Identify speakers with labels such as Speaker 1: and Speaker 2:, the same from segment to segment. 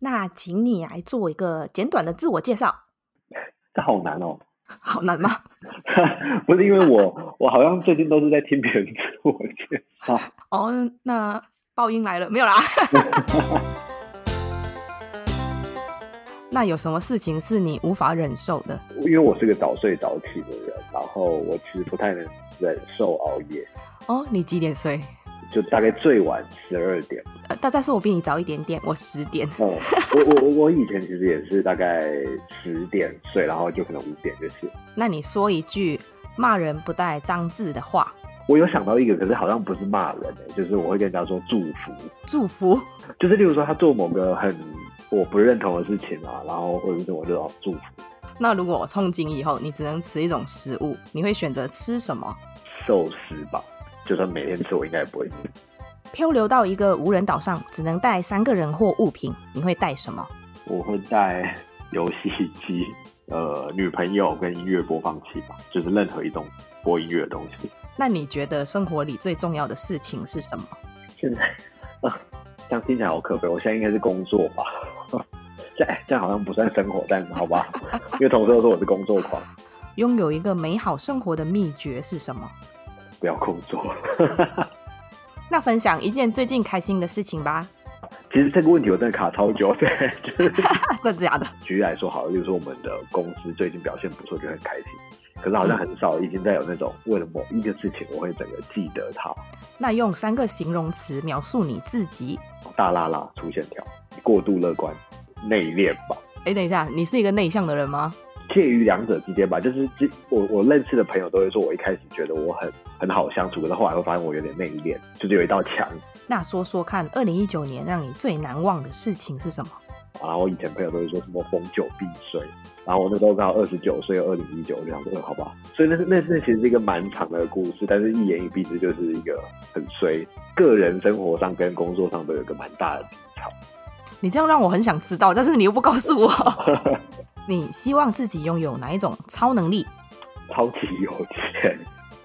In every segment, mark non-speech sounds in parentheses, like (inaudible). Speaker 1: 那请你来做一个简短的自我介绍，
Speaker 2: 这好难哦。
Speaker 1: 好难吗？
Speaker 2: 不是因为我，我好像最近都是在听别人自我介绍。
Speaker 1: (laughs) 哦，那报应来了，没有啦。 (laughs) 那有什么事情是你无法忍受的？
Speaker 2: 因为我是个早睡早起的人，然后我其实不太能忍受熬夜，
Speaker 1: 哦，你几点睡？
Speaker 2: 就大概最晚十二点。
Speaker 1: 呃，但但是我比你早一点点，我十点。
Speaker 2: 嗯，我我我我以前其实也是大概十点睡，然后就可能五点就醒。
Speaker 1: 那你说一句骂人不带脏字的话，
Speaker 2: 我有想到一个，可是好像不是骂人、欸，就是我会跟人家说祝福，
Speaker 1: 祝福
Speaker 2: 就是例如说他做某个很我不认同的事情啊，然后或者是我就哦祝福
Speaker 1: 那如果我从今以后你只能吃一种食物，你会选择吃什么？
Speaker 2: 寿司吧，就算每天吃我应该也不会吃
Speaker 1: 漂流到一个无人岛上，只能带三个人或物品，你会带什么？
Speaker 2: 我会带游戏机、呃女朋友跟音乐播放器吧，就是任何一种播音乐的东西。
Speaker 1: 那你觉得生活里最重要的事情是什么？
Speaker 2: 现在啊，这样听起来好可悲。我现在应该是工作吧？ (laughs) 这样这样好像不算生活，但好吧， (laughs) 因为同事都说我是工作狂，
Speaker 1: 拥有一个美好生活的秘诀是什么？
Speaker 2: 不要工作。 (laughs)
Speaker 1: 那分享一件最近开心的事情吧。
Speaker 2: 其实这个问题我真的卡超久，对， (laughs) 就是
Speaker 1: 啊真的假的？
Speaker 2: 举例来说好了，就是说我们的公司最近表现不错，就很开心。可是好像很少已经在有那种为了某一个事情，我会整个记得它。
Speaker 1: 那用三个形容词描述你自己。
Speaker 2: 大辣辣粗线条，过度乐观，内敛吧，
Speaker 1: 哎，等一下，你是一个内向的人吗？
Speaker 2: 介于两者之间吧。就是之我我认识的朋友都会说，我一开始觉得我很很好相处，可是后来会发现我有点内敛，就是有一道墙。
Speaker 1: 那说说看，二零一九年让你最难忘的事情是什么？
Speaker 2: 然后我以前朋友都会说什么逢九必衰，然后我那时候刚好二十九岁，二零一九，我就想说，嗯，好吧。所以那是那那其实是一个蛮长的故事，但是一言以蔽之就是一个很衰，个人生活上跟工作上都有一个蛮大的 (laughs) 低潮。
Speaker 1: 你这样让我很想知道，但是你又不告诉 (laughs) 我。你希望自己拥有哪一种超能力？
Speaker 2: 超级有钱，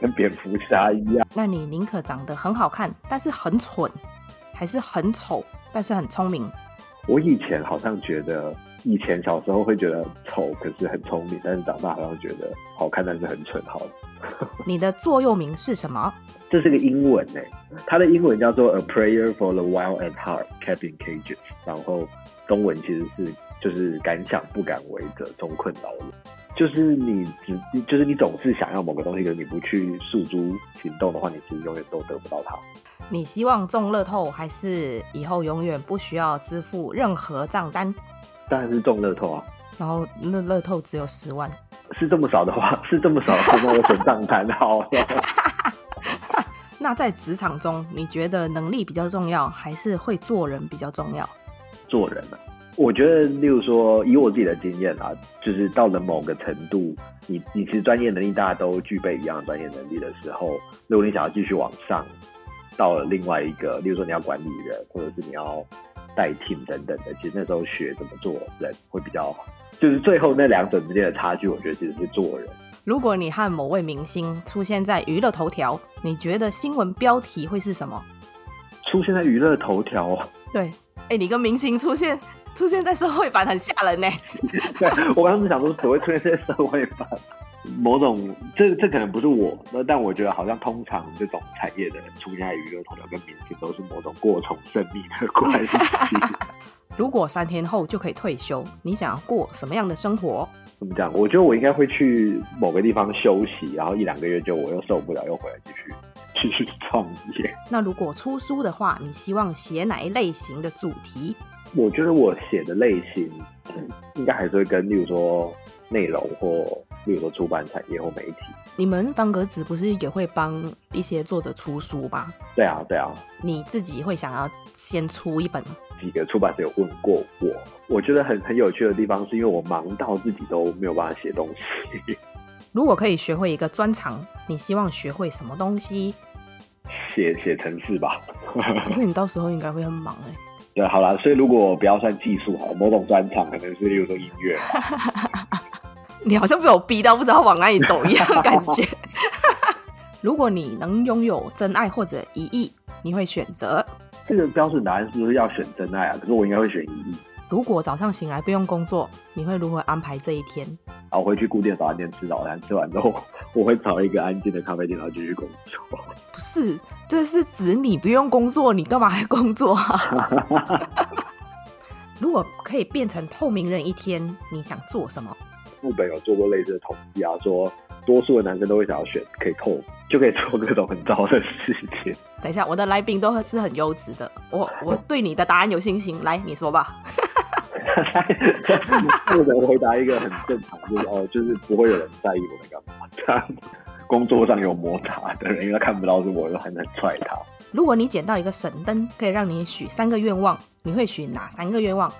Speaker 2: 跟蝙蝠侠一样，
Speaker 1: 那你宁可长得很好看，但是很蠢，还是很丑，但是很聪明？
Speaker 2: 我以前好像觉得，以前小时候会觉得丑，可是很聪明，但是长大好像觉得好看，但是很蠢。好了，
Speaker 1: 你的座右铭是什么？
Speaker 2: 这是个英文呢、它的英文叫做《A Prayer for the Wild at Heart》，Kept in Cages，然后中文其实是就是敢想不敢为者，终困扰人。就是你只就是你总是想要某个东西，可是你不去诉诸行动的话，你其实永远都得不到它。
Speaker 1: 你希望中乐透，还是以后永远不需要支付任何账单？
Speaker 2: 当然是中乐透啊，
Speaker 1: 然后那乐透只有十万，
Speaker 2: 是这么少的话，是这么少的话，那我选账单好了。
Speaker 1: 那在职场中，你觉得能力比较重要，还是会做人比较重要？
Speaker 2: 做人啊。我觉得，例如说，以我自己的经验啊，就是到了某个程度，你你其实专业能力大家都具备一样的专业能力的时候，如果你想要继续往上，到了另外一个，例如说你要管理人，或者是你要带 team 等等的，其实那时候学怎么做人会比较好。就是最后那两者之间的差距，我觉得其实是做人。
Speaker 1: 如果你和某位明星出现在娱乐头条，你觉得新闻标题会是什么？
Speaker 2: 出现在娱乐头条啊，
Speaker 1: 对，哎、你跟明星出现出现在社会版很吓人呢、
Speaker 2: 对我刚刚想说，所谓出现在社会吧，某种这这可能不是我，那但我觉得好像通常这种产业的人出现在娱乐头条跟明星都是某种过从甚密的关系。
Speaker 1: 如果三天后就可以退休，你想要过什么样的生活？
Speaker 2: 怎么讲？我觉得我应该会去某个地方休息，然后一两个月就我又受不了，又回来继续继续创业。
Speaker 1: 那如果出书的话，你希望写哪一类型的主题？
Speaker 2: 我觉得我写的类型，嗯应该还是会跟，例如说内容或，例如说出版产业或媒体。
Speaker 1: 你们方格子不是也会帮一些作者出书吗？
Speaker 2: 对啊，对啊，
Speaker 1: 你自己会想要先出一本吗？
Speaker 2: 几个出版社有问过我，我觉得很很有趣的地方，是因为我忙到自己都没有办法写东西，
Speaker 1: 如果可以学会一个专长，你希望学会什么东西？
Speaker 2: 写写程式吧。
Speaker 1: 可是你到时候应该会很忙 (laughs) 哎、
Speaker 2: 对，好啦，所以如果不要算技术好，某种专长可能是例如说音乐，
Speaker 1: 你好像被我逼到不知道往哪里走一样欸感觉。如果你能拥有真爱或者一亿，你会选择？
Speaker 2: 这个标准答案是不是要选真爱啊？可是我应该会选一亿。
Speaker 1: 如果早上醒来不用工作，你会如何安排这一天？
Speaker 2: 然后回去固定早餐店吃早餐，吃完之后我会找一个安静的咖啡店，然后继续工作。
Speaker 1: 不是，这是指你不用工作，你干嘛还工作啊？ (laughs) 如果可以变成透明人一天，你想做什么？
Speaker 2: 日本有做过类似的统计啊，说多数的男生都会想要选可以透，就可以做各种很糟的事情。
Speaker 1: 等一下，我的来宾都是很优质的，我我对你的答案有信心。来，你说吧。
Speaker 2: (laughs) 不能回答一个很正常，就是哦，就是不会有人在意我在干嘛。这样工作上有摩擦的人，因为他看不到是我，就很难踹他。
Speaker 1: 如果你捡到一个神灯，可以让你许三个愿望，你会许哪三个愿望？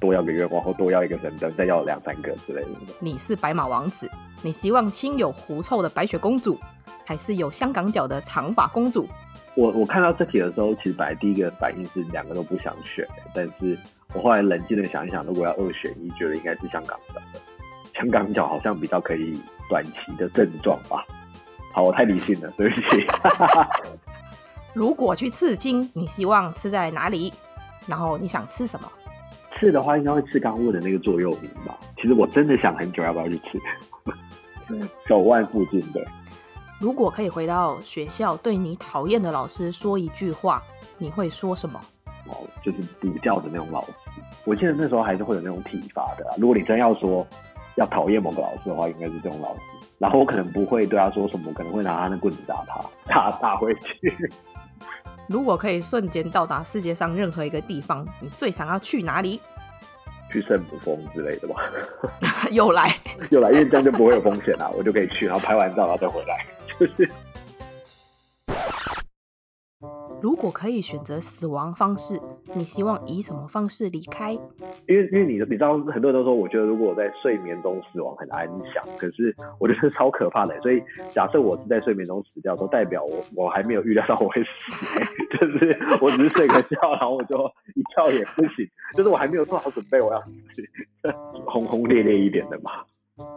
Speaker 2: 多要个愿望，或多要一个神灯，再要两三个之类的。
Speaker 1: 你是白马王子，你希望亲有狐臭的白雪公主，还是有香港脚的长发公主？
Speaker 2: 我我看到这题的时候，其实本来第一个反应是两个都不想选，但是我后来冷静的想一想，如果要二选一，觉得应该是香港脚的。香港脚好像比较可以短期的症状吧。好，我太理性了，对不起。
Speaker 1: 如果去刺青，你希望刺在哪里？然后你想吃什么？
Speaker 2: 刺的话，应该会刺刚问的那个座右铭吧。其实我真的想很久要不要去刺，手腕附近的。
Speaker 1: 如果可以回到学校，对你讨厌的老师说一句话，你会说什么？
Speaker 2: 哦，就是补教的那种老师。我记得那时候还是会有那种体罚的啊、如果你真要说要讨厌某个老师的话，应该是这种老师。然后我可能不会对他说什么，我可能会拿他那棍子打他，打打回去。
Speaker 1: 如果可以瞬间到达世界上任何一个地方，你最想要去哪里？ (laughs)
Speaker 2: 去圣母峰之类的吧， (laughs)
Speaker 1: 又来，
Speaker 2: 又来，因为这样就不会有风险啦、我就可以去，然后拍完照，然后再回来。就是
Speaker 1: 如果可以选择死亡方式，你希望以什么方式离开？
Speaker 2: 因为因为你你知道，很多人都说，我觉得如果我在睡眠中死亡很安详，可是我觉得超可怕的。所以假设我是在睡眠中死掉，都代表我我还没有预料到我会死、欸 (laughs) 就是我只是睡个觉，然后我就一觉也不醒，就是我还没有做好准备，我要死， (laughs) 轰轰烈烈一点的嘛。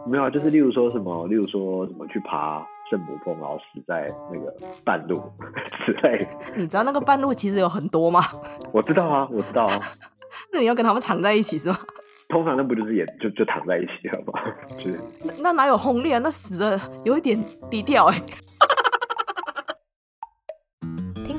Speaker 2: 没有啊，就是例如说什么，例如说什么去爬圣母峰，然后死在那个半路之类的。
Speaker 1: 你知道那个半路其实有很多吗？ (laughs)
Speaker 2: 我知道啊，我知道啊。
Speaker 1: 那你要跟他们躺在一起是吗？ (laughs)
Speaker 2: 通常那不就是也就就躺在一起了吗？ (laughs) 就是
Speaker 1: 那那哪有轰烈啊？那死的有一点低调哎、 (laughs) 听